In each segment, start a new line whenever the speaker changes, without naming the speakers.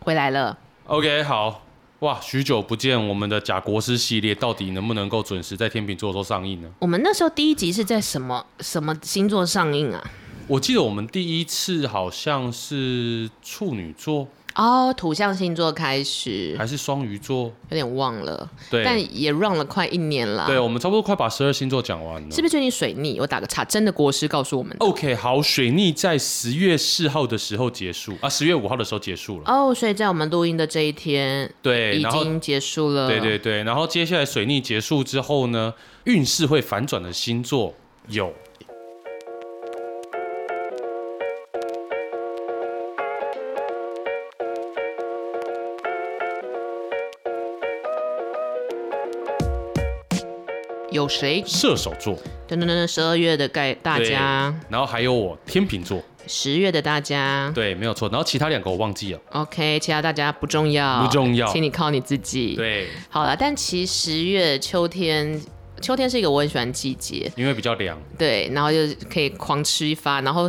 回来了。
OK，好哇，许久不见，我们的假国师系列到底能不能够准时在天秤座的时候上映呢？
我们那时候第一集是在什么什么星座上映啊？
我记得我们第一次好像是处女座
哦，土象星座开始，
还是双鱼座，
有点忘了，
对，
但也 run 了快一年了。
对，我们差不多快把十二星座讲完了。
是不是最近水逆？我打个岔，真的国师告诉我们的
OK，好，水逆在十月四号的时候结束啊，十月五号的时候结束了。
哦，所以在我们录音的这一天
对，
已
然后
经结束了。
对对对，然后接下来水逆结束之后呢，运势会反转的星座有。
有谁？
射手座，
噔噔噔噔，十二月的盖大家，
然后还有我天秤座，
十月的大家
对，没有错。然后其他两个我忘记了，
，OK，其他大家不重要，
不重要
请你靠你自己。，
对，
好了，但其实十月秋天，秋天是一个我很喜欢的季节，
因为比较凉。
对，然后就可以狂吃一发，然后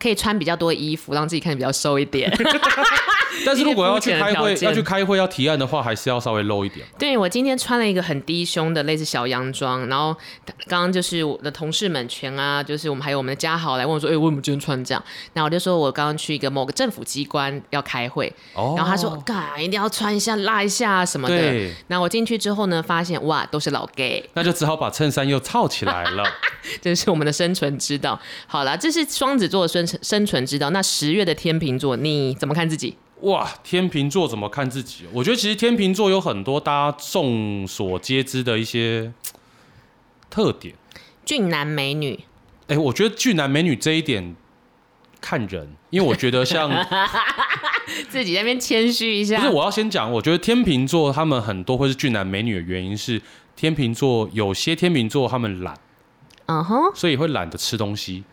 可以穿比较多衣服，让自己看起来比较瘦一 点。
但是如果要去
一些肤浅的
开会
条，件
要去开会要提案的话，还是要稍微露一点。
对我今天穿了一个很低胸的类似小洋装，然后刚刚就是我的同事们全啊，就是我们还有我们的家豪来问我说，哎、为什么今天穿这样？然后我就说我刚刚去一个某个政府机关要开会，
哦
然后他说，嘎，一定要穿一下拉一下啊什么的。
对，
那我进去之后呢，发现哇，都是老 gay，
那就只好把衬衫又套起来了。
这是我们的生存之道。好啦，这是双子座的生存生存之道。那十月的天秤座，你怎么看自己？
哇，天秤座怎么看自己？我觉得其实天秤座有很多大家众所皆知的一些嘖特点。
俊男美女，
哎、我觉得俊男美女这一点看人，因为我觉 得像
自己在那边谦虚一下。
不是我要先讲，我觉得天秤座他们很多会是俊男美女的原因是天秤座有些天秤座他们懒，
嗯哼，
所以会懒得吃东西，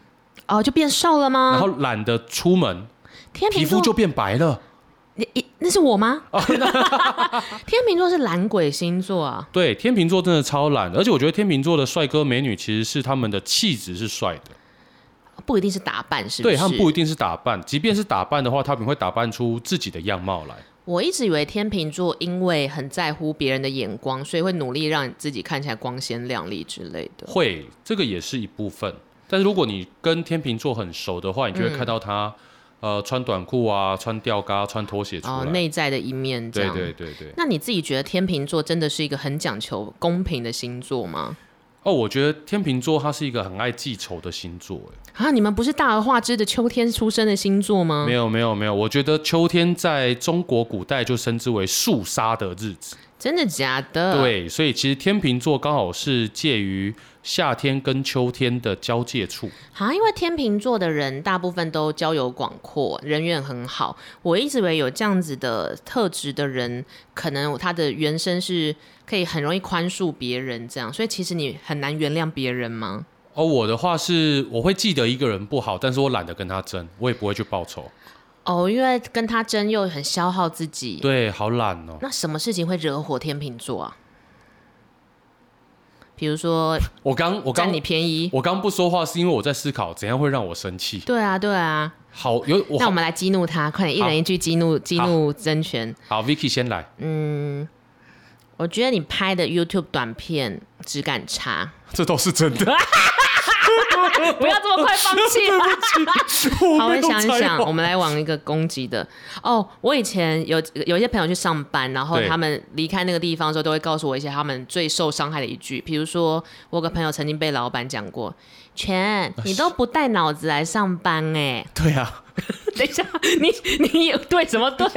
哦，就变瘦了吗？
然后懒得出门，
天
皮
秤
肤
座，
就哦变白了。
你你那是我吗？ 天秤座是懒鬼星座啊。
对，天秤座真的超懒，而且我觉得天秤座的帅哥美女其实是他们的气质是帅的，
不一定是打扮，是不是？
对他们不一定是打扮，即便是打扮的话，他们会打扮出自己的样貌来。
我一直以为天秤座因为很在乎别人的眼光，所以会努力让自己看起来光鲜亮丽之类的。
会，这个也是一部分。但是如果你跟天秤座很熟的话，你就会看到
嗯
他、呃穿短裤啊，穿吊嘎，穿拖鞋出来。
哦，内在的一面这
对
样。
对对对。
那你自己觉得天秤座真的是一个很讲求公平的星座吗？
哦，我觉得天秤座他是一个很爱记仇的星座。哎、
啊，你们不是大而化之的秋天出生的星座吗
没？有没有没有，我觉得秋天在中国古代就称之为肃杀的日子。
真的假的？，
对，所以其实天秤座刚好是介于夏天跟秋天的交界处。
啊，因为天秤座的人大部分都交友广阔，人缘很好。我一直以为有这样子的特质的人，可能他的原生是可以很容易宽恕别人这样，所以其实你很难原谅别人吗？
而哦我的话是，我会记得一个人不好，但是我懒得跟他争，我也不会去报仇。
哦，因为跟他争又很消耗自己。
对，好懒哦。
那什么事情会惹火天秤座啊？比如说
我刚我
占
刚
你便宜。
我刚不说话是因为我在思考怎样会让我生气。
对啊，对啊。
好，有我
那我
好
们来激怒他，快点，一
好
人一句激怒激
好
怒真权。
好，Vicky 先来。
我觉得你拍的 YouTube 短片质感差。
这都是真的。
不要这么快放弃。啊 好，我
没有
想一
才
想，
华
我们来往一个攻击的。哦，我以前有有一些朋友去上班，然后
对
他们离开那个地方的时候，都会告诉我一些他们最受伤害的一句。比如说，我有个朋友曾经被老板讲过：“全，
啊
你都不带脑子来上班 哎、
对啊，
等一下，你你有对什么 对？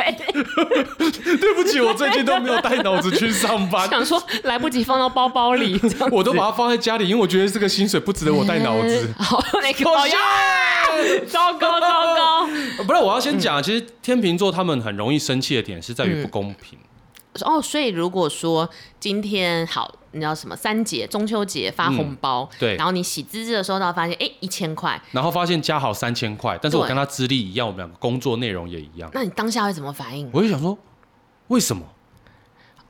对不起，我最近都没有带脑子去上班，
想说来不及放到包包里，这样
啊 我都把它放在家里，因为我觉得这个薪水不值得我带脑子。
好，那个
我
好呀，糟糕糟糕！
不是，我要先讲，其实天秤座他们很容易生气的点是在
嗯
于不公平。
哦，所以如果说今天好，你知道什么三节中秋节发红包，
嗯对
然后你喜滋滋的收到，发现哎一千块，
然后发现嘉豪三千块，但是我
对
跟他资历一样，我们两个工作内容也一样，
那你当下会怎么反应
我就想说，为什么？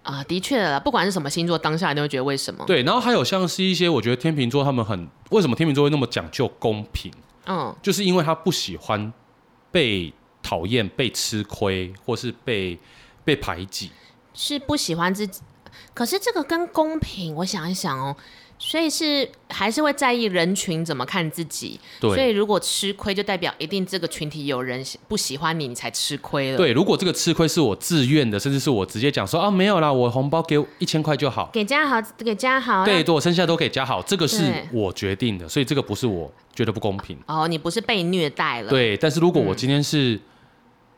啊、的确啦，不管是什么星座，当下你都会觉得为什么？
对，然后还有像是一些我觉得天秤座他们很为什么天秤座会那么讲究公平，
嗯，
就是因为他不喜欢被讨厌被吃亏或是被被排挤。
是不喜欢自己。可是这个跟公平，我想一想哦，所以是还是会在意人群怎么看自己。所以
对
如果吃亏，就代表一定这个群体有人喜不喜欢你，你才吃亏了。，
对，如果这个吃亏是我自愿的，甚至是我直接讲说啊没有啦，我红包给一千块就好。
给嘉豪，给嘉豪。
对，对我剩下都可以加好，这个是
啊对
我决定的，所以这个不是我觉得不公平。
哦，你不是被虐待了。，
对，但是如果
嗯
我今天是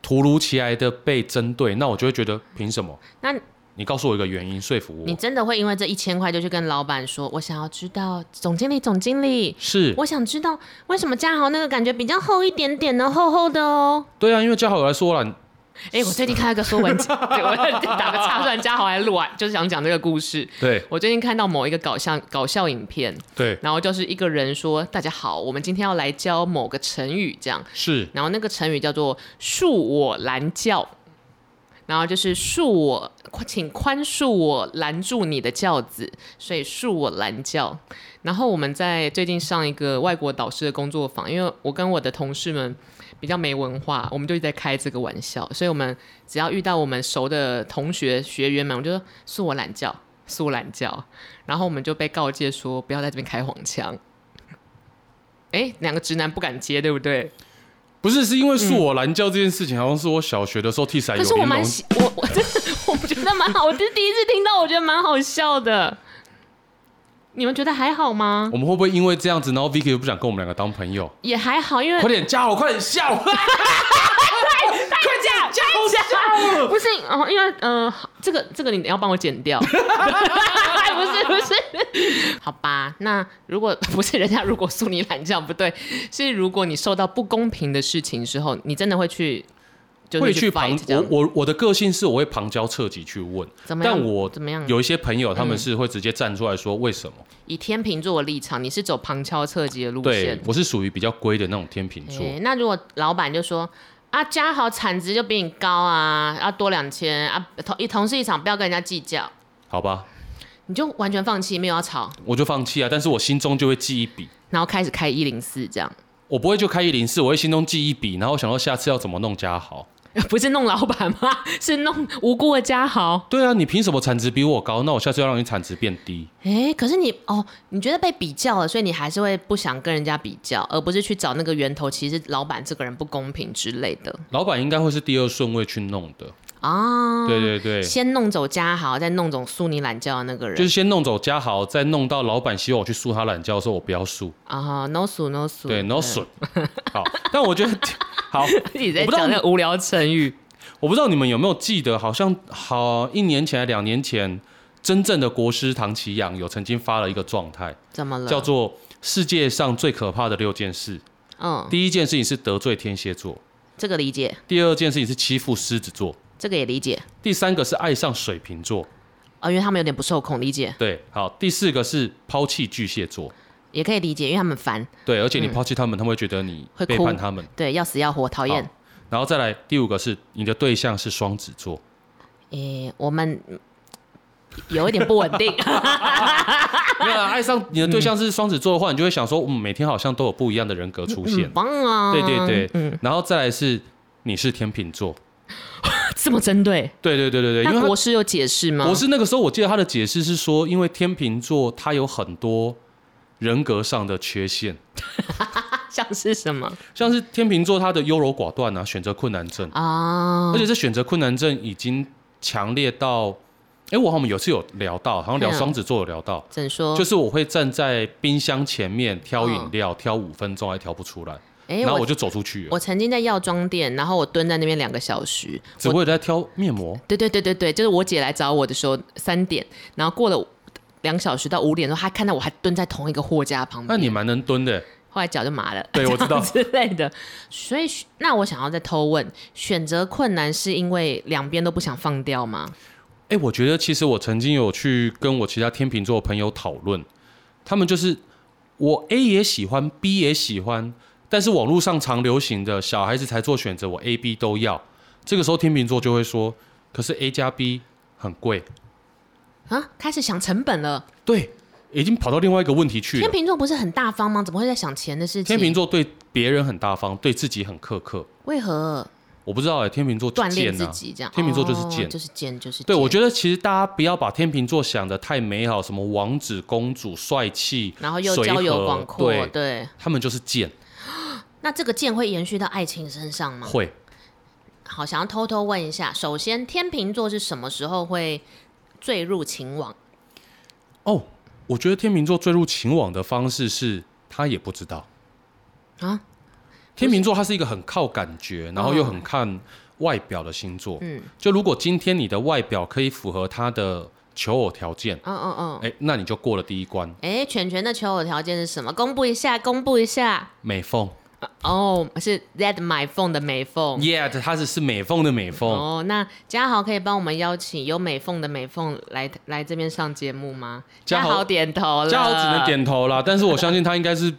突如其来的被针对，那我就会觉得凭什么？
那
你告诉我一个原因，说服
你
我。
真的会因为这一千块就去跟老板说，我想要知道总经理，总经理，
是
我想知道为什么嘉豪那个感觉比较厚一点点呢，厚厚的哦。
对啊，因为嘉豪有来说了，
哎、我最近看到一个说文，对我打个岔，虽然嘉豪还录完，就是想讲这个故事。
对
我最近看到某一个搞笑搞笑影片，
对
然后就是一个人说：“大家好，我们今天要来教某个成语。”这样，
是
然后那个成语叫做“恕我拦轿”，然后就是恕我，请宽恕我拦住你的轿子，所以恕我拦轿。然后我们在最近上一个外国导师的工作坊，因为我跟我的同事们比较没文化，我们就一直在开这个玩笑，所以我们只要遇到我们熟的同学学员们，我们就说恕我拦轿，恕我拦轿。然后我们就被告诫说不要在这边开黄腔。哎，两个直男不敢接，对不对？
不是是因为恕我拦轿这件事情，好像是我小学的时候替彩
嗯
有
可是我
玲
蛮
珑
喜我我真的 我觉得蛮好，我这是第一次听到，我觉得蛮好笑的。你们觉得还好吗？
我们会不会因为这样子，然后 Vicky 就不想跟我们两个当朋友？
也还好，因为
快点加我，快点笑！ 快点加我笑！
不是哦，因为呃，这个这个你要帮我剪掉，不 是不是，好吧？那如果 不是人家如果诉你懒觉不对，是如果你受到不公平的事情之后，你真的会去就是
会
去
去旁
fight 这样
我我我的个性是我会旁敲侧击去问，
怎么样？
但我
怎么样？嗯
有一些朋友他们是会直接站出来说为什么？
以天秤座的立场，你是走旁敲侧击的路线
对，我是属于比较龟的那种天秤座，
诶那如果老板就说啊，嘉豪产值就比你高啊，要多两千啊，同一同事一场，不要跟人家计较，
好吧，
你就完全放弃，没有要吵，
我就放弃啊。但是我心中就会记一笔，
然后开始开一零四这样，
我不会就开一零四，我会心中记一笔，然后想到下次要怎么弄加好。
不是弄老板吗？ 是弄无辜的嘉豪。
对啊，你凭什么产值比我高？那我下次要让你产值变低。
哎、可是你哦，你觉得被比较了，所以你还是会不想跟人家比较，而不是去找那个源头，其实老板这个人不公平之类的
老板应该会是第二顺位去弄的。
啊。
对对对，
先弄走嘉豪，再弄走苏你懒觉的那个人。
就是先弄走嘉豪，再弄到老板希望我去输他懒觉的时候，我不要输。
啊、n o 数 no 数，
对， 然后损。好，但我觉得好，
自己在
我不知道
讲那个无聊成语。
我不知道你们有没有记得，好像好一年前、两年前，真正的国师唐奇阳有曾经发了一个状态，
怎么了？
叫做“世界上最可怕的六件事”。
嗯，
第一件事情是得罪天蝎座，
这个理解，
第二件事情是欺负狮子座，
这个也理解
第三个是爱上水瓶座，
哦，因为他们有点不受控，理解
对，好，第四个是抛弃巨蟹座，
也可以理解，因为他们烦，
对，而且你抛弃他们，他们会觉得你
嗯会
背
哭
叛他们。
对，要死要活，讨厌
好。然后再来第五个是你的对象是双子座，
诶，我们嗯有一点不稳 定，
没有啊爱上你的对象是双子座的话，你就会想说，嗯，每天好像都有不一样的人格出现
很，棒啊！
对对对，然后再来是你是天秤座，
这么针对，
对对对对对，因
那
为
国师有解释
他
吗？
国师那个时候我记得他的解释是说，因为天秤座他有很多人格上的缺陷，
像是什么
像是天秤座他的优柔寡断啊，选择困难症，
啊
而？且这选择困难症已经强烈到，哎，我好像有次有聊到，好像聊
嗯
双子座有聊到。
怎说？
就是我会站在冰箱前面挑饮料，挑五分钟还挑不出来，
诶，
然后我
我
就走出去了，
我曾经在药妆店，然后我蹲在那边两个小时，
只会在挑面膜。
对对对对对，就是我姐来找我的时候三点，然后过了两小时到五点的时候，她看到我还蹲在同一个货架旁边，
那你蛮能蹲的，
后来脚就麻了，
对我 知道
之类的。所以，那我想要再偷问，选择困难是因为两边都不想放掉吗？
哎、我觉得其实我曾经有去跟我其他天秤座的朋友讨论，他们就是我 A 也喜欢，B 也喜欢，但是网络上常流行的小孩子才做选择，我 A、B 都要。这个时候天秤座就会说，可是 A 加 B 很贵，
啊，开始想成本了。
对，已经跑到另外一个问题去
天
了。
秤座不是很大方吗？怎么会在想钱的事情？
天秤座对别人很大方，对自己很苛刻。
为何？
我不知道哎、天秤座就
锻炼
贱
自
啊。
己这样。
天秤座就是
哦
贱
就是贱，就是
对，我
得
觉得其实大家不要把天秤座想的太美好，什么王子公主、帅气，
然后又
随
交友
和
广阔，
对
对。
他们就是贱，
那这个贱会延续到爱情身上吗？
会
好，想要偷偷问一下，首先天秤座是什么时候会坠入情网？
哦。我觉得天秤座坠入情网的方式是他也不知道
啊。
天秤座他是一个很靠感觉，然后又很看外表的星座。
嗯
就如果今天你的外表可以符合他的求偶条件，
嗯嗯嗯。
哎，那你就过了第一关。
哎，全全的求偶条件是什么？公布一下，公布一下。
美凤
哦、是 That My Phone 的美凤。
，Yeah，他只是美凤的美凤。
哦，那嘉豪可以帮我们邀请有美凤的美凤来来这边上节目吗？
嘉
嘉
豪
豪点头了，
嘉豪只能。点头啦，但是我相信他应该是，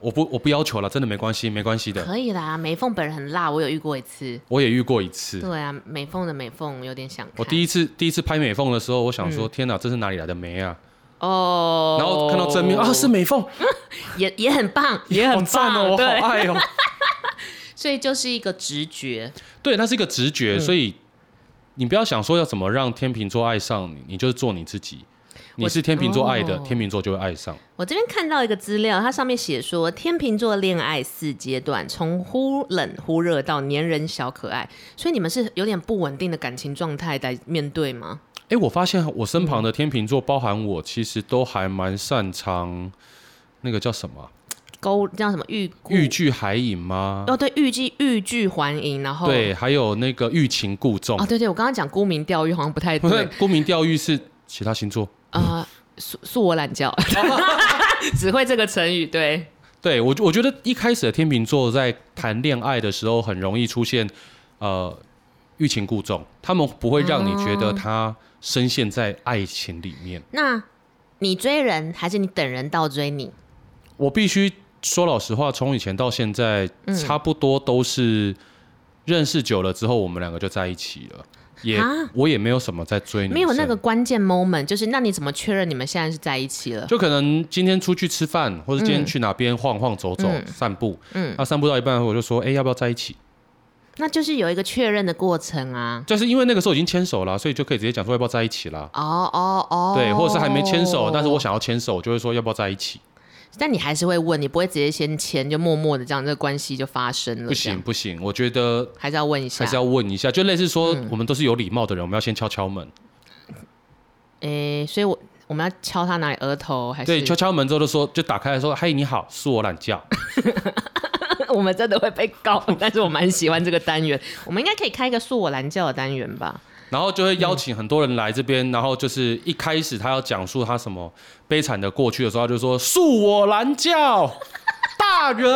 我不我不要求了，真的没关系，没关系的。
可以啦，美凤本人很辣，我有遇过一次。
我也遇过一次，
对啊，美凤的美凤有点想看。
我第一次第一次拍美凤的时候，我想说、天哪，这是哪里来的梅啊？
嗯哦，
然后看到真面啊，是美凤，
也也很 棒，也
好
很
赞哦，
棒，
我好
对，
爱哦。
所以就是一个直觉，
对，那是一个直觉，
嗯
所以你不要想说要怎么让天秤座爱上你，你就是做你自己。你是天秤座爱的，
哦
天秤座就会爱上。
我这边看到一个资料，它上面写说，天秤座恋爱四阶段，从忽冷忽热到粘人小可爱，所以你们是有点不稳定的感情状态来面对吗？
哎，我发现我身旁的天秤座，包含我，其实都还蛮擅长那个叫什么啊
勾叫什么欲固
欲拒还迎吗？
哦，对，预计欲拒还迎，然后
对，还有那个欲擒故纵
哦哦，，对对，我刚刚讲沽名钓誉好像不太
不是
对，
沽名钓誉是其他星座。
啊，素素我懒 觉，只会这个成语，对，
对我，我觉得一开始的天秤座在谈恋爱的时候，很容易出现呃欲擒故纵，他们不会让你觉得他深陷在爱情里面。
那。你追人还是你等人倒追你？
我必须说老实话，从以前到现在，
嗯
差不多都是认识久了之后，我们两个就在一起了。也
啊
我也没有什么在追女生，
没有那个关键 moment，就是那你怎么确认你们现在是在一起了？
就可能今天出去吃饭，或者今天去哪边晃晃走走、
嗯
散步，
嗯
那、散步到一半，我就说，哎、要不要在一起？
那就是有一个确认的过程啊。
就是因为那个时候已经牵手了，所以就可以直接讲说要不要在一起啦。
哦哦哦，
对，或者是还没牵手，但是我，想要牵手，我就会说要不要在一起？
但你还是会问，你不会直接先签，就默默的这样，这个关系就发生了。
不
这
行
样，
不行，我觉得
还是要问一下。
还是要问一下，就类似说我们都是有礼貌的人，我们要先敲敲门。
诶，所以我我们要敲他哪里额头？还是
对，敲敲门之后就说，就打开来说，嗨，你好，是我懒觉。
我们真的会被告，但是我蛮喜欢这个单元。我们应该可以开一个恕我蓝教的单元吧？
然后就会邀请很多人来这边，然后就是一开始他要讲述他什么悲惨的过去的时候，他就说恕我蓝教。 大人，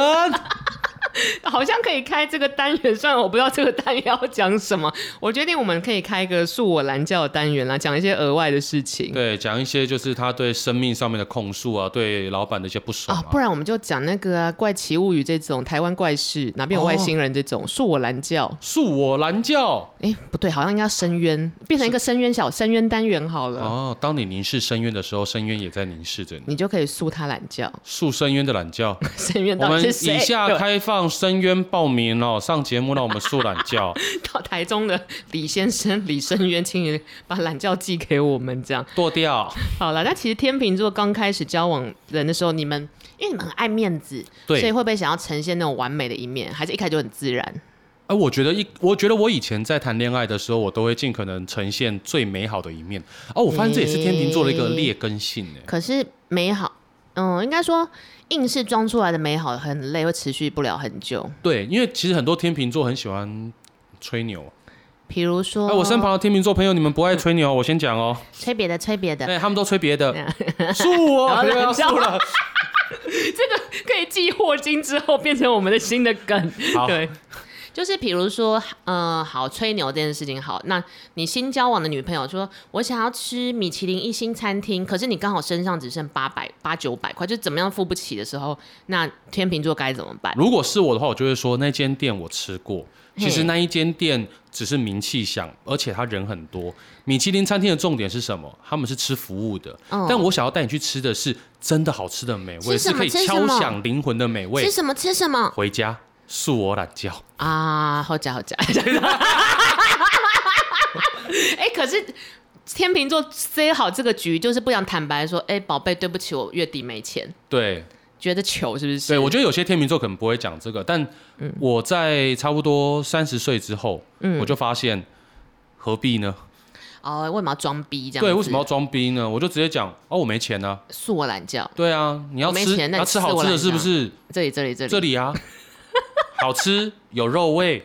好像可以开这个单元，虽然我不知道这个单元要讲什么。我决定我们可以开一个恕我蓝教的单元啦，讲一些额外的事情。
对，讲一些就是他对生命上面的控诉啊，对老板的一些不爽
啊、
啊。
不然我们就讲那个、啊《怪奇物语》这种台湾怪事，哪边有外星人这种，恕我蓝教。
恕我蓝教。
哎、不对，好像应该要深渊，变成一个深渊小深渊单元好了，
哦，当你凝视深渊的时候，深渊也在凝视着你。
你就可以诉他蓝教。
恕深渊的懒觉。
深渊
我
到
们
底是谁？
以下
对
开放深渊报名哦，上节目让我们恕懒觉。
到台中的李先生李深渊，请你把懒教寄给我们，这样
剁掉。
好了。那其实天秤座刚开始交往人的时候，你们因为你们很爱面子，所
对
以会不会想要呈现那种完美的一面，还是一开始就很自然？
哎、我觉得一，我觉得我以前在谈恋爱的时候，我都会尽可能呈现最美好的一面。哦，我发现这也是天秤座的一个劣根性哎、
可是美好，嗯，应该说硬是装出来的美好很累，会持续不了很久。
对，因为其实很多天秤座很喜欢吹牛。
比如说，
哎、我身旁的天秤座朋友，你们不爱吹牛，我先讲哦。
吹别的，吹别的，
哎、他们都吹别的，哦恕我
好
不要
冷笑
恕啊了。
可以寄霍金之后变成我们的新的梗。
好
对，就是比如说，嗯、好，吹牛这件事情好。那你新交往的女朋友说，我想要吃米其林一星餐厅，可是你刚好身上只剩八百八九百块，就怎么样付不起的时候，那天秤座该怎么办？
如果是我的话，我就会说那间店我吃过。
嘿
其实那一间店只是名气响，而且它人很多。米其林餐厅的重点是什么？他们是吃服务的，
嗯
但我想要带你去吃的是真的好吃的美味，
吃什
是
么
可以
吃什
敲
么
响灵魂的美味
吃。什么？吃什么？
回家恕我懒觉。
啊，好假好假！ 哎、可是天秤座塞好这个局，就是不想坦白说，哎、宝贝，对不起，我月底没钱，
对
觉得糗是不是？
对，我觉得有些天秤座可能不会讲这个，但
嗯
我在差不多三十岁之后，我就发现何必呢？
哦，为什么要装逼这样子？
对，为什么要装逼呢？我就直接讲哦，我没钱啊。
素我懒觉？
对啊，你要
我没
吃，
钱
你
那
要
你
吃好
吃我
吃的
懒
是不
觉
是？
这里这里这里，
这 里啊，好吃有肉味。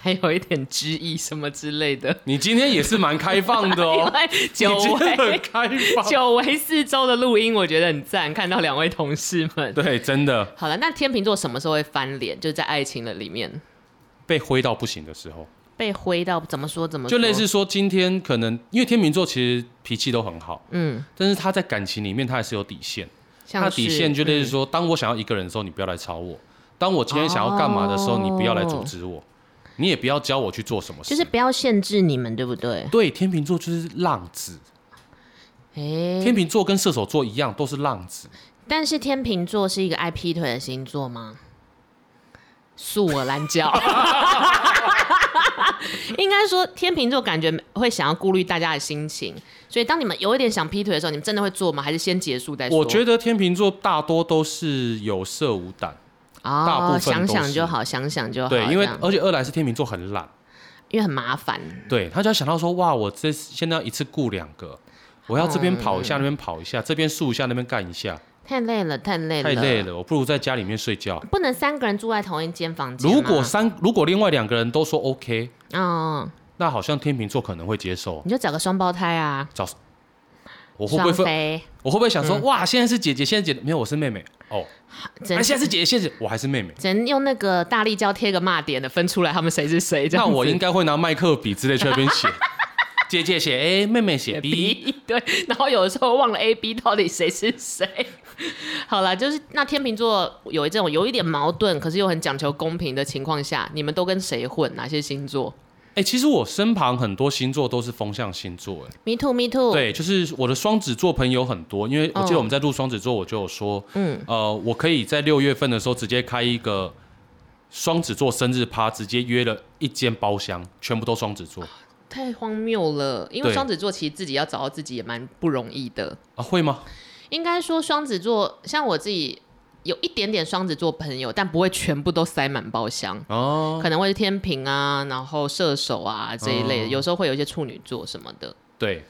还有一点知意什么之类的，
你今天也是蛮开放的
因
哦，
为
你
久
今天 很
违
开放。
久违四周的录音，我觉得很赞，看到两位同事们。
对，真的
好了，那天秤座什么时候会翻脸？就是在爱情的里面
被挥到不行的时候，
被挥到怎么说怎么
就
说
类似说今天可能因为天秤座其实脾气都很好，
嗯，
但是他在感情里面他还是有底线，
像
他底线就类
是嗯
似说，当我想要一个人的时候，你不要来吵我；当我今天想要干嘛的时候，
哦
你不要来阻止我，你也不要教我去做什么
就
事
是。不要限制你们，对不对？
对，天秤座就是浪子，
诶，
天秤座跟射手座一样都是浪子。
但是天秤座是一个爱劈腿的星座吗？恕我懒觉。 应该说，天秤座感觉会想要顾虑大家的心情，所以当你们有一点想劈腿的时候，你们真的会做吗？还是先结束再说？
我觉
得
得天秤座大多都是有色无胆，大部
哦，
分都
想
是
想就好，想想就好，
对，因
这
为
样
而且二来是天秤座很懒，
因为很麻烦，
对他就要想到说，哇，我这现在要一次雇两个，我要这
嗯
边跑一下，那边跑一下，这边树一下，那边干一下，
太累了，太累了，
太累，了，我不如在家里面睡觉。
不能三个人住在同一间房间吗。啊
如果三如果另外两个人都说 OK，
嗯，
那好像天秤座可能会接受。
你就找个双胞胎啊，
找我会不
双
会分？
飞，嗯
我会不会想说，哇，现在是姐姐，现在姐姐没有，我是妹妹哦。
真
那现在是姐姐，现在是我还是妹妹。
只能用那个大力胶贴个骂点的分出来他们谁是谁。这
那
样
我
子
应该会拿麦克笔之类去那边写，姐姐写 A，妹妹写 B。
B 对，然后有的时候忘了 A B 到底谁是谁。好了，就是那天秤座有这种有一点矛盾，可是又很讲求公平的情况下，你们都跟谁混？哪些星座
哎、其实我身旁很多星座都是风象星座，哎，
？Me too, me too。，
对，就是我的双子座朋友很多，因为我
哦
记得我们在录双子座，我就有说，
嗯
嗯，呃，我可以在六月份的时候直接开一个双子座生日趴，直接约了一间包厢，全部都双子座
太荒谬了，因为
对
双子座其实自己要找到自己也蛮不容易的。
啊，会吗？
应该说双子座，像我自己有一点点双子座朋友，但不会全部都塞满包厢。
哦，
可能会是天平啊，然后射手啊这一类
哦
的，有时候会有一些处女座什么的。
对，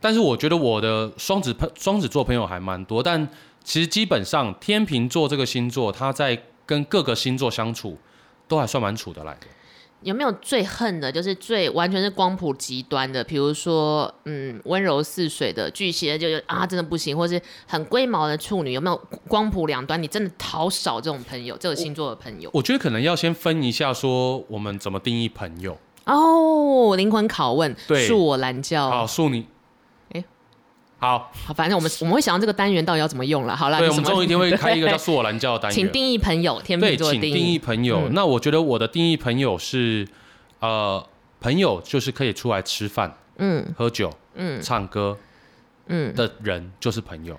但是我觉得我的双子朋双子座朋友还蛮多，但其实基本上天秤座这个星座，他在跟各个星座相处都还算蛮处得来的。
有没有最恨的，就是最完全是光谱极端的？比如说，嗯，温柔似水的巨蟹，就是啊，真的不行，或是很龟毛的处女，有没有光谱两端？你真的好少这种朋友，这个星座的朋友
我觉得可能要先分一下，说我们怎么定义朋友。
哦。灵魂拷问，
对
恕我蓝教。
好，恕你。
哦诶
好，
好，反正我们我们会想到这个单元到底要怎么用了。好啦，
对，
你
我们
什么
终于一天会开一个叫“
对
恕我蓝教”的单
请
元。
定义朋友，天
对，
秤座的嗯
请定义朋友。那我觉得我的定义朋友是，呃，朋友就是可以出来吃饭、
嗯
喝酒、
嗯
唱歌
嗯，
的人就是朋友。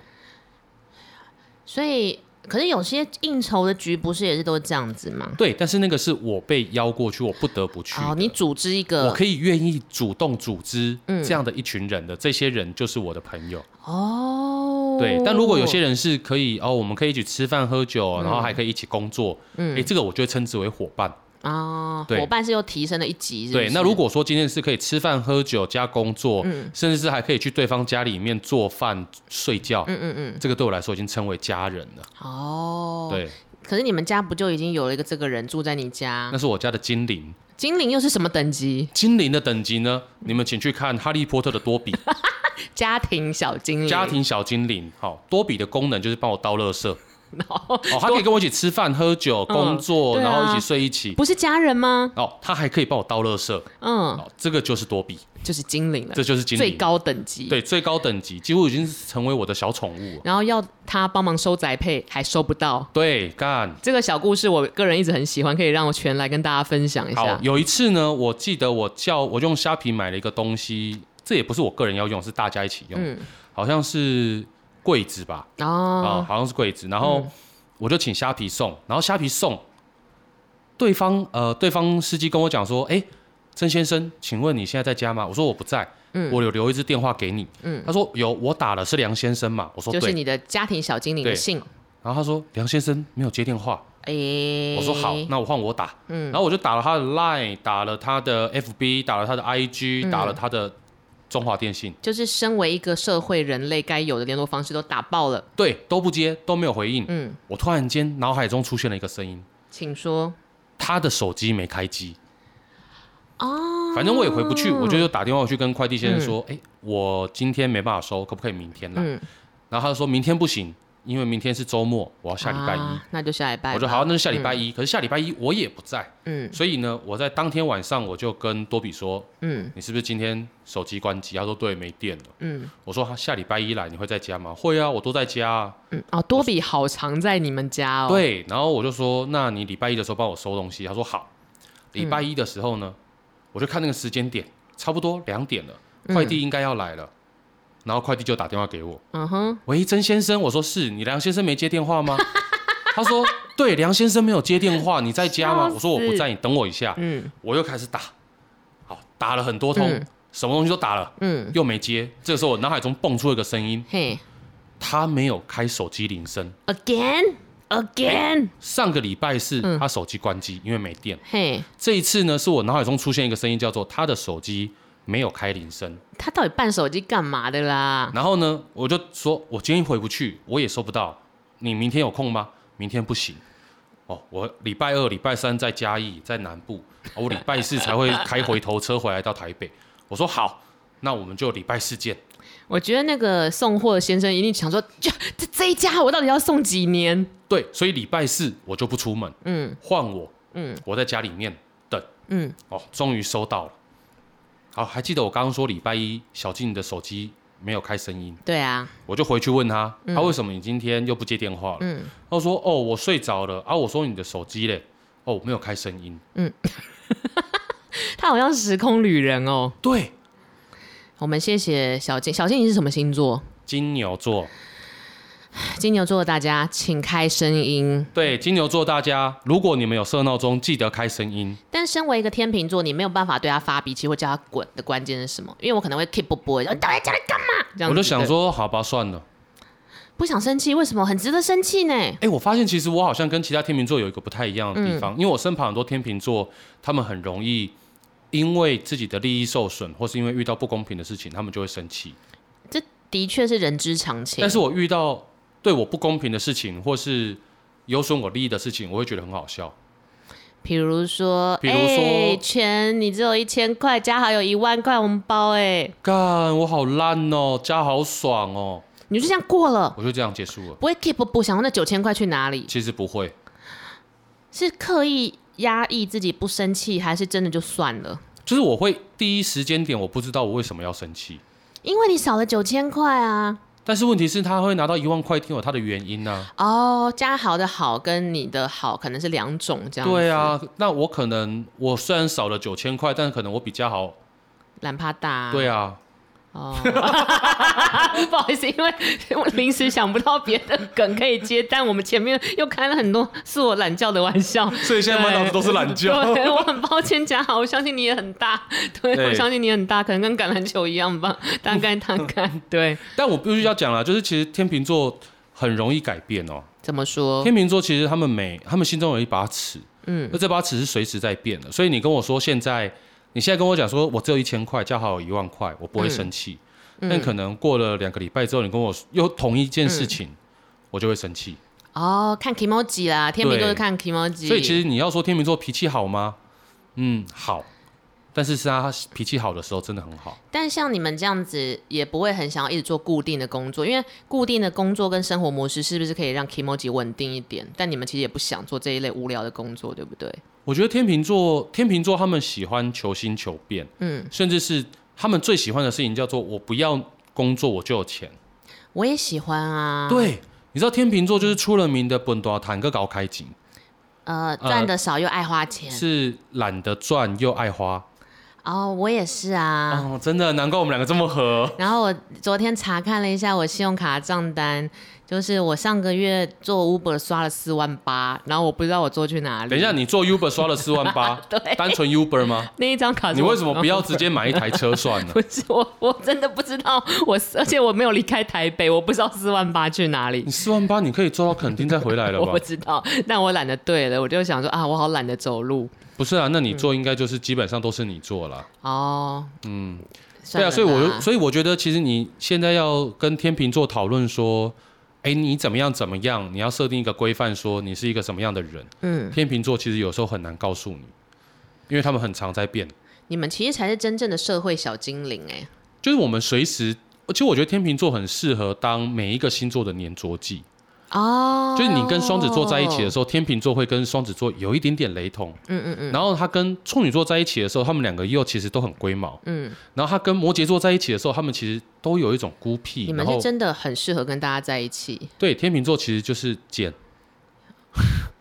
所以，可是有些应酬的局不是也是都这样子吗？
对，但是那个是我被邀过去，我不得不去的。
哦，你嗯组织一
我
个
可以愿意主动组织这样的一群人的，这些人就是我的朋友。
哦，
对，但如果有些人是可以哦，我们可以一起吃饭喝酒，然后还可以一起工作，嗯，哎，这个我就会称之为伙伴。
啊、
对
伙伴是又提升了一级是不是嗯
对，那如果说今天是可以吃饭喝酒加工作，甚至是还可以去对方家里面做饭睡觉，嗯嗯嗯，这个对我来说已经称为家人了。
哦，，
对，
可是你们家不就已经有了一个这个人住在你家
那？是我家的精灵。
精灵又是什么等级？
精灵的等级呢？你们请去看《哈利波特》的多比
家庭小精灵，
家，庭小精灵。好，多比的功能就是帮我倒 垃圾。
然后
哦，他可以跟我一起吃饭、喝酒、工作，
对啊
然后一起睡一起。
不是家人吗？
哦，他还可以帮我倒垃圾。
嗯，
哦，这个就是多比，
就是精灵了
这，就是精灵
最高等级。，
对最高等级，几乎已经成为我的小宠物了。
然后要他帮忙收宅配，还收不到。
对，干。
这个小故事，我个人一直很喜欢，可以让我全来跟大家分享一
好
下，。
有一次呢，我记得我叫我用虾皮买了一个东西，这也不是我个人要用，是大家一起用，
嗯
好像是柜子吧，啊、
哦，
好像是柜子，然后我就请虾皮送，然后虾皮送，对方呃，对方司机跟我讲说，哎、曾先生，请问你现在在家吗？我说我不在，
嗯
我有留一支电话给你，
嗯
他说有，我打了是梁先生嘛，我说
就
对，
是你的家庭小精灵的
对
信。
然后他说梁先生没有接电话，
诶、
我说好，那我换我打，
嗯
然后我就打了他的 Line，打了他的 FB，打了他的 IG，、
嗯
打了他的中华电信，
就是身为一个社会人类该有的联络方式都打爆了。
对，都不接，都没有回应。
嗯，
我突然间脑海中出现了一个声音，
请说。
他的手机没开机，
哦，
反正我也回不去，我就又打电话去跟快递先生说，哎、我今天没办法收，可不可以明天来？
嗯，
然后他就说明天不行，因为明天是周末，我要下礼拜一。
啊那就下礼拜吧。
我说好，那就下礼拜一。可是下礼拜一我也不在，
嗯
所以呢，我在当天晚上我就跟多比说，
嗯
你是不是今天手机关机？他说对，没电了。
嗯
我说他下礼拜一来，你会在家吗？会啊，我都在家啊。
嗯。哦，多比好常在你们家哦。，
对，然后我就说，那你礼拜一的时候帮我收东西。他说好。礼拜一的时候呢，我就看那个时间点，差不多两点了，
嗯
快递应该要来了。然后快递就打电话给我，
嗯哼，
喂，曾先生，我说是你梁先生没接电话吗？ 他说对，梁先生没有接电话，你在家吗？
笑
我说我不
死
在，你等我一下。
嗯
我又开始打，好打了很多通，
嗯
什么东西都打了，
嗯，
又没接。这个时候我脑海中蹦出一个声音，
嘿
他没有开手机铃声。
，again again，
上个礼拜是
嗯
他手机关机，因为没电。
嘿，
这一次呢，是我脑海中出现一个声音，叫做他的手机没有开铃声。
他到底办手机干嘛的啦？
然后呢，我就说，我今天回不去，我也收不到。你明天有空吗？明天不行。哦，我礼拜二、礼拜三在嘉义，在南部，哦我礼拜四才会开回头车回来到台北。我说好，那我们就礼拜四见。
我觉得那个送货先生一定想说，这这这一家我到底要送几年？
对，所以礼拜四我就不出门，
嗯
换我，
嗯
我在家里面等。
嗯，
哦，终于收到了。好，还记得我刚刚说礼拜一小静的手机没有开声音，
对啊，
我就回去问她，她、为什么你今天又不接电话了？
嗯
她说：“哦，我睡着了啊。”我说：“你的手机嘞？”哦，没有开声音。
他好像时空旅人哦。
对，
我们谢谢小静，小静你是什么星座？
金牛座，
金牛座的大家请开声音。
对金牛座大家，如果你们有设闹钟，记得开声音。
但身为一个天秤座，你没有办法对他发脾气或叫他滚的关键是什么？因为我可能会 keep 不播，你到底在家里干嘛？这样
我
子
就想
对
说，好吧，算了。
不想生气，为什么很值得生气呢？
哎，我发现其实我好像跟其他天秤座有一个不太一样的地方，因为我身旁很多天秤座，他们很容易因为自己的利益受损，或是因为遇到不公平的事情，他们就会生气。
这的确是人之常情。
但是我遇到对我不公平的事情，或是有损我利益的事情，我会觉得很好笑。
比如说，
比如说
哎钱你只有一千块，加好有一万块红包、哎，
干，我好烂哦，家好爽哦，
你就这样过了，
我就这样结束了。
不会 keep 不想那九千块去哪里？
其实不会，
是刻意压抑自己不生气，还是真的就算了？
就是我会第一时间点，我不知道我为什么要生气。
因为你少了九千块啊。
但是问题是，他会拿到一万块，听有他的原因呢、啊
哦，嘉豪的好跟你的好可能是两种这样。
对，啊，那我可能我虽然少了九千块，但可能我比较好。
懒怕大、啊。
对啊，
哦， 不好意思，因为 我临时想不到别的梗可以接，但我们前面又开了很多是我懒觉的玩笑。
所以现在满脑子都是懒觉。
对，我很抱歉，嘉豪，我相信你也很大，对
对
我相信你很大，可能跟橄榄球一样吧，大 概大概。对，
但我必须要讲啦，就是其实天秤座很容易改变哦。
怎么说？
天秤座其实他们每他们心中有一把尺，
嗯
那这把尺是随时在变的。所以你跟我说现在，你现在跟我讲说我只有一千块，加好有一万块，我不
嗯
会生气。但可能过了两个礼拜之后，你跟我说又同一
嗯
件事情，我就会生气。
哦，看 k i m o j i 啦，天秤都是
对
看 k i m o j i
所以其实你要说天秤座脾气好吗？嗯，好。但是是他脾气好的时候真的很好。
但像你们这样子，也不会很想要一直做固定的工作，因为固定的工作跟生活模式是不是可以让 Kimoji 稳定一点？但你们其实也不想做这一类无聊的工作，对不对？
我觉得天秤座，天秤座他们喜欢求新求变，
嗯，
甚至是他们最喜欢的事情叫做我不要工作我就有钱。
我也喜欢啊。，
对，你知道天秤座就是出了名的本多坦克搞开景，
呃，
呃
赚的少又爱花钱，
是懒得赚又爱花。
哦，我也是啊。
哦，真的，难怪我们两个这么合。
然后我昨天查看了一下我信用卡账单，就是我上个月做 Uber 刷了四万八，然后我不知道我做去哪里。
等一下，，你做 Uber 刷了四万八
对，
单纯 Uber 吗？
那一张卡啊是
你
我
为什么不要直接买一台车算呢？
不是我，我真的不知道我，而且我没有离开台北，我不知道四万八去哪里
你。四万八，你可以坐到垦丁再回来了
我
吧
不？知道，但我懒得对了，我就想说啊，我好懒得走路
不是啊，那你做应该就是基本上都是你做啦。
哦。嗯，
对啊，所以我就
就
所以我觉得其实你现在要跟天秤座讨论说，哎，你怎么样怎么样，你要设定一个规范，说你是一个什么样的人。
嗯，
天秤座其实有时候很难告诉你，因为他们很常在变，
你们其实才是真正的社会小精灵哎、
就是我们随时。其实我觉得天秤座很适合当每一个星座的粘着剂，
哦，
就是你跟双子座在一起的时候，天秤座会跟双子座有一点点雷同，
嗯嗯嗯
然后他跟处女座在一起的时候，他们两个又其实都很龟毛，
嗯，
然后他跟摩羯座在一起的时候，他们其实都有一种孤僻，
你
然
们
后
是真的很适合跟大家在一起，
对天秤座其实就是简，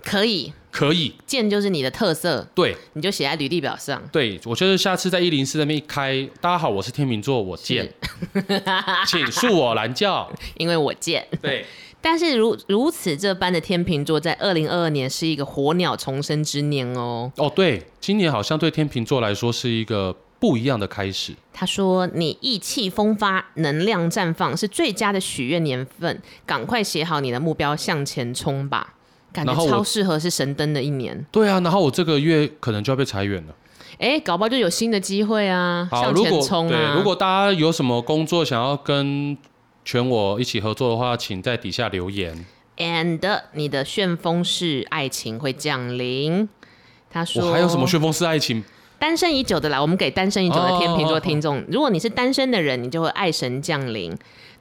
可以。
可以，
贱就是你的特色，
对
你就写在履历表上。
对，我觉得下次在一零四那边一开，大家好，我是天秤座，我 简，请恕我拦轿，
因为我贱。
对，
但是如如此这般的天秤座，在二零二二年是一个火鸟重生之年哦。
哦对，今年好像对天秤座来说是一个不一样的开始，
他说：“你意气风发，能量绽放，是最佳的许愿年份。赶快写好你的目标，向前冲吧！感觉
然后我
超适合是神灯的一年。
对啊，然后我这个月可能就要被裁员了。
哎，搞不好就有新的机会啊！
好，
向
如
前
果
冲啊！
对，如果大家有什么工作想要跟全我一起合作的话，请在底下留言。
and 你的旋风是爱情会降临。”他说：“
我还有什么旋风式爱情？
单身已久的啦，我们给单身已久的天秤座听众，如果你是单身的人，你就会爱神降临。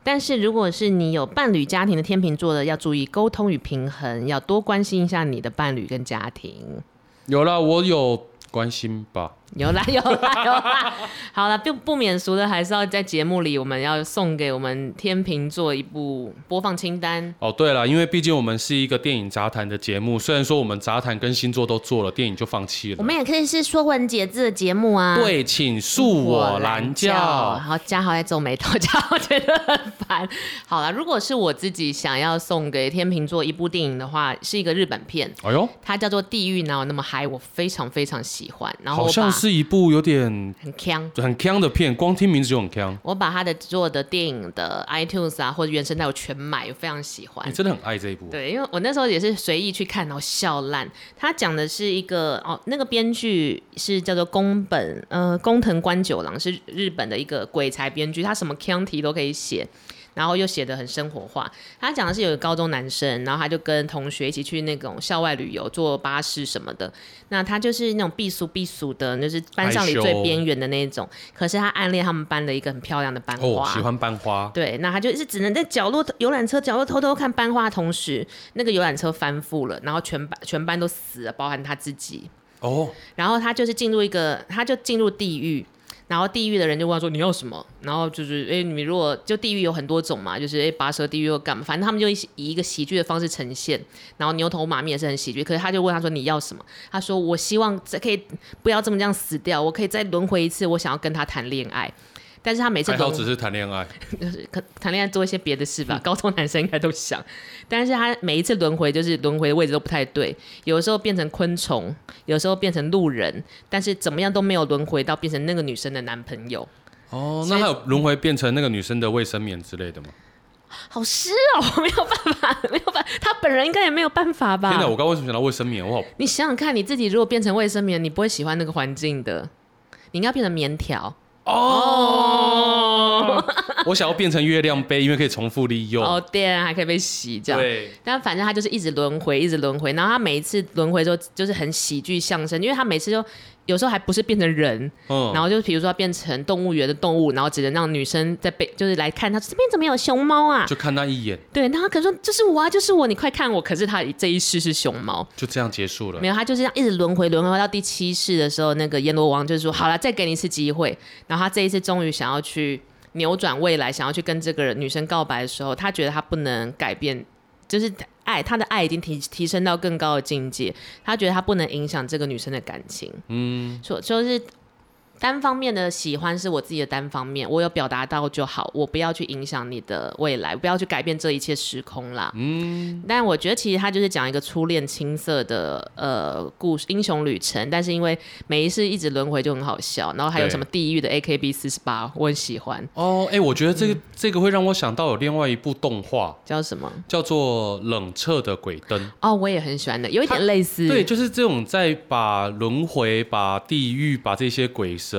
但是如果是你有伴侣家庭的天秤座的，要注意沟通与平衡，要多关心一下你的伴侣跟家庭。
有啦，我有关心吧。
有啦有啦有啦，好啦，不不免俗的，还是要在节目里，我们要送给我们天秤座一部播放清单。
哦，对了，因为毕竟我们是一个电影杂谈的节目，虽然说我们杂谈跟星座都做了，电影就放弃
我
了。
们也可以是说文解字的节目啊。。
对，请恕我拦轿
然。后嘉豪在皱眉头，嘉豪觉得很烦。好了，如果是我自己想要送给天秤座一部电影的话，是一个日本片，
哎呦，
它叫做《地狱哪有那么嗨》，我非常非常喜欢。然后
好
我把
像是一部有点
很强，
很腔的片，光听名字就很腔。
我把他的做的电影的 iTunes 啊或者原声带我全买，我非常喜欢
你。真的很爱这一部。
哎对，因为我那时候也是随意去看，然后笑烂。他讲的是一个哦，那个编剧是叫做宫本呃宫藤官九郎，是日本的一个鬼才编剧，他什么 county 都可以写，然后又写的很生活化。他讲的是有一个高中男生，然后他就跟同学一起去那种校外旅游，坐巴士什么的。那他就是那种避俗避俗的，就是班上里
害羞
最边缘的那种。可是他暗恋他们班的一个很漂亮的班花，
哦，喜欢班花。
对，那他就是只能在角落游览车角落偷偷看班花，同时那个游览车翻覆了，然后全班全班都死了，包含他自己。
哦，
然后他就是进入一个，他就进入地狱，然后地狱的人就问他说你要什么？然后就是哎，你如果就地狱有很多种嘛，就是哎拔舌地狱又干嘛？反正他们就一起以一个喜剧的方式呈现，然后牛头马面也是很喜剧。可是他就问他说你要什么？他说我希望再可以不要这么这样死掉，我可以再轮回一次，我想要跟他谈恋爱。但是他每次
还
轮
好只是谈恋爱。
就是可谈恋爱做一些别的事吧，高中男生应该都想。但是他每一次轮回，就是轮回的位置都不太对，有时候变成昆虫，有时候变成路人，但是怎么样都没有轮回到变成那个女生的男朋友，
哦，
所
那
以
还有轮回变成那个女生的卫生棉之类的吗？
好湿哦，我没有办法，没有办法，他本人应该也没有办法
天哪，
吧
我？刚刚为什么想到卫生棉？我好
你想想看，你自己如果变成卫生棉，你不会喜欢那个环境的，你应该变成棉条
哦，我想要变成月亮杯，因为可以重复利用。
哦，对，还可以被洗这样。
对，
但反正他就是一直轮回，一直轮回。然后他每一次轮回之后，就是很喜剧相声，因为他每次就有时候还不是变成人，
嗯，
然后就比如说他变成动物园的动物，然后只能让女生在被就是来看他这边怎么有熊猫啊？
嗯就看那一眼，
对，然后可能说就是我啊，就是我，你快看我。可是他这一世是熊猫，
就这样结束了
没。有，他就是这样一直轮回，轮回到第七世的时候，那个阎罗王就说：“好了，再给你一次机会。”然后他这一次终于想要去扭转未来，想要去跟这个人女生告白的时候，他觉得他不能改变，就是爱他的爱已经提提升到更高的境界，他觉得他不能影响这个女生的感情，
嗯，
所就是。单方面的喜欢是我自己的单方面，我有表达到就好，我不要去影响你的未来，不要去改变这一切时空啦。嗯，但我觉得其实他就是讲一个初恋青涩的呃故事英雄旅程，但是因为每一世一直轮回就很好笑，然后还有
对
什么地狱的 AKB 四十八，我很喜欢，
哦，哎、我觉得这
嗯
个、这个会让我想到有另外一部动画
叫什么？
叫做《冷彻的鬼灯》。
哦，我也很喜欢的，有一
它
点类似，
对，，就是这种在把轮回、把地狱、把这些鬼神，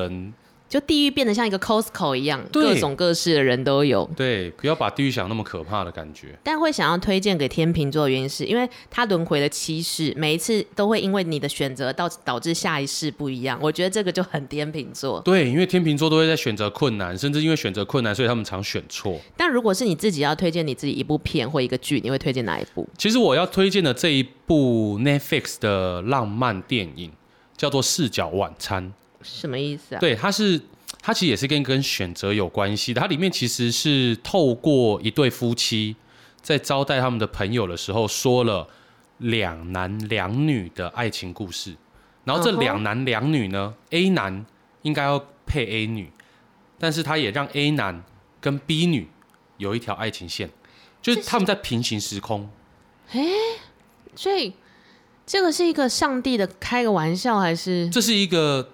就地狱变得像一个 Costco 一样，
对
各种各式的人都有。
对，不要把地狱想那么可怕的感觉。
但会想要推荐给天秤座的原因是，因为他轮回了七世，每一次都会因为你的选择到导致下一世不一样。我觉得这个就很天秤座。
对，因为天秤座都会在选择困难，甚至因为选择困难，所以他们常选错。
但如果是你自己要推荐你自己一部片或一个剧，你会推荐哪一部？
其实我要推荐的这一部 Netflix 的浪漫电影叫做《视角晚餐》。
什么意思啊？
对，它是它其实也是跟跟选择有关系的。它里面其实是透过一对夫妻在招待他们的朋友的时候，说了两男两女的爱情故事。然后这
嗯哼
两男两女呢、a 男应该要配 A 女，但是他也让 A 男跟 B 女有一条爱情线，就是他们在平行时空。
所以这个是一个上帝的开个玩笑，还是
这是一个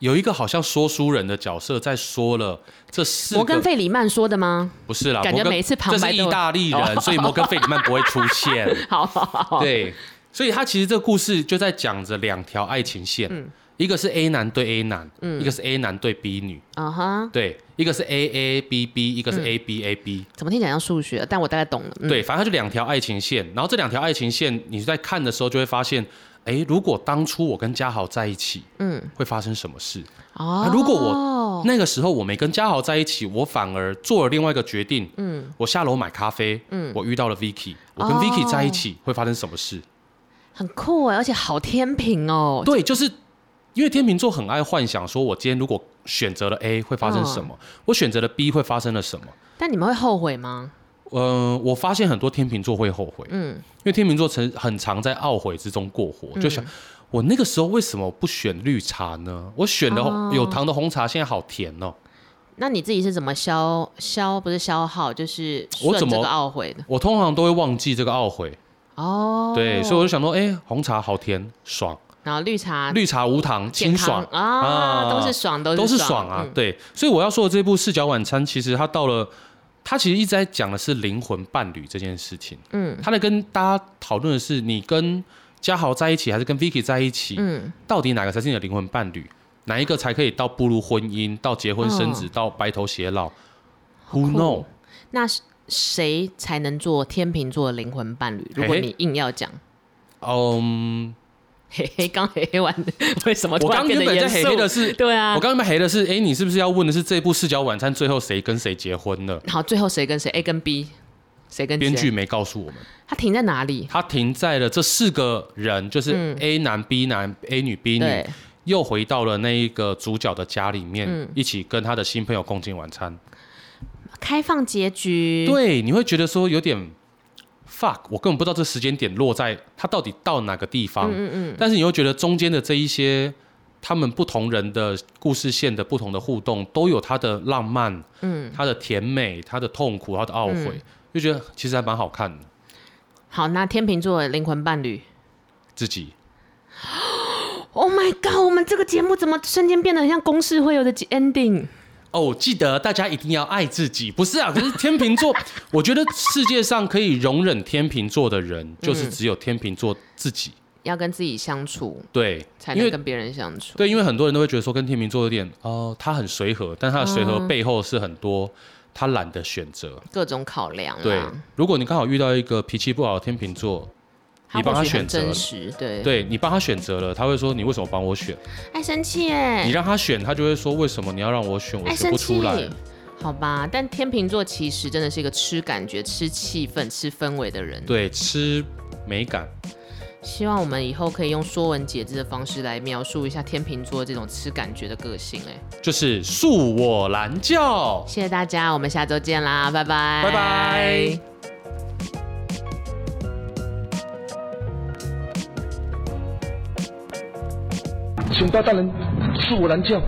有一个好像说书人的角色在说了这四
摩根
个
费里曼说的吗？
不是啦，
感觉
摩根
每一次旁白
这
都
是
有哦
意大利人，所以摩根费里曼不会出 现。
好好好好，
对，所以他其实这故事就在讲着两条爱情线，
嗯
一个是 A 男对 A 男，一个是 A 男对 B 女，
啊哈，
对，一个是 A A B B，一个是 A B A B。
怎么听起来像数学？但我大概懂了。嗯、
对，反正它就两条爱情线，然后这两条爱情线，你在看的时候就会发现，哎，如果当初我跟嘉豪在一起，嗯，会发生什么事？
哦，
啊如果我那个时候我没跟嘉豪在一起，我反而做了另外一个决定。嗯，我下楼买咖啡。嗯，我遇到了 Vicky，我跟
哦
Vicky 在一起、会发生什么事？
很酷哎，而且好天平哦，
对，就是因为天秤座很爱幻想，说我今天如果选择了 A 会发生什么，我选择了 B 会发生了什么。
但你们会后悔吗？
嗯、我发现很多天秤座会后悔，嗯，因为天秤座曾很常在懊悔之中过活，就想、我那个时候为什么不选绿茶呢？我选了红有糖的红茶，现在好甜哦。
那你自己是怎么消消不是消耗，就是
我
顺
怎
这
么
个懊悔的？
我通常都会忘记这个懊悔，
哦，
对，所以我就想说，哎、红茶好甜，爽；
然后绿茶
绿茶无糖，
啊健
清
康
爽，
啊，
啊
都是爽，都
都是
是
爽啊。
嗯
对，所以我要说的这部《视角晚餐》，其实它到了，它其实一直在讲的是灵魂伴侣这件事情。嗯，它在跟大家讨论的是，你跟嘉豪在一起，还是跟 Vicky 在一起，
嗯，
到底哪个才是你的灵魂伴侣？哪一个才可以到步入婚姻、到结婚生子、到白头偕老？Who
哦酷哦
know？
那是谁才能做天秤座的灵魂伴侣？如果
嘿嘿
你硬要讲，
嗯，
嘿嘿，刚嘿嘿完，为什么
我
突然
刚
变
原
得
本在
严
黑黑的
肃？
是
对啊
我，刚刚黑的是，哎、你是不是要问的是这部《视角晚餐》最后谁跟谁结婚了？
好，最后谁跟谁？A 跟 B，谁跟
编剧
谁？
没告诉我们，
他停在哪里？
他停在了这四个人，就是 A 男、B 男、A 女、B 女，
对，
又回到了那一个主角的家里面，一起跟他的新朋友共进晚餐。
开放结局。
对，你会觉得说有点 fuck，我根本不知道这时间点落在他到底到哪个地方。嗯嗯但是你又觉得中间的这一些他们不同人的故事线的不同的互动，都有他的浪漫，嗯，他的甜美，他的痛苦，他的懊悔，就觉得其实还蛮好看的。
好，那天秤座的灵魂伴侣。
自己
Oh my god！我们这个节目怎么瞬间变得很像公式会有的 ending？
哦，记得大家一定要爱自己，不是啊？可是天秤座，我觉得世界上可以容忍天秤座的
嗯
人，就是只有天秤座自己。
要跟自己相处，
对，
才
因
能
为
跟别人相处。
对，因为很多人都会觉得说跟天秤座有点哦，他很随和，但他的随和背后是很
嗯
多他懒得选择。
各种考量啊啦，
对，如果你刚好遇到一个脾气不好的天秤座，
他
你帮
或
他
许很
选择
真
了
实，对，
对你帮他选择了，他会说你为什么帮我选？
爱生气
你
哎，
让他选，他就会说为什么你要让我选？我
爱
选
生
不
气
出来。，
好吧。但天秤座其实真的是一个吃感觉、吃气氛、吃氛围的人。
对，吃美感。
希望我们以后可以用说文解字的方式来描述一下天秤座这种吃感觉的个性。哎，
就是恕我蓝教。
谢谢大家，我们下周见啦，拜拜，
拜拜。
请大大人恕我难教。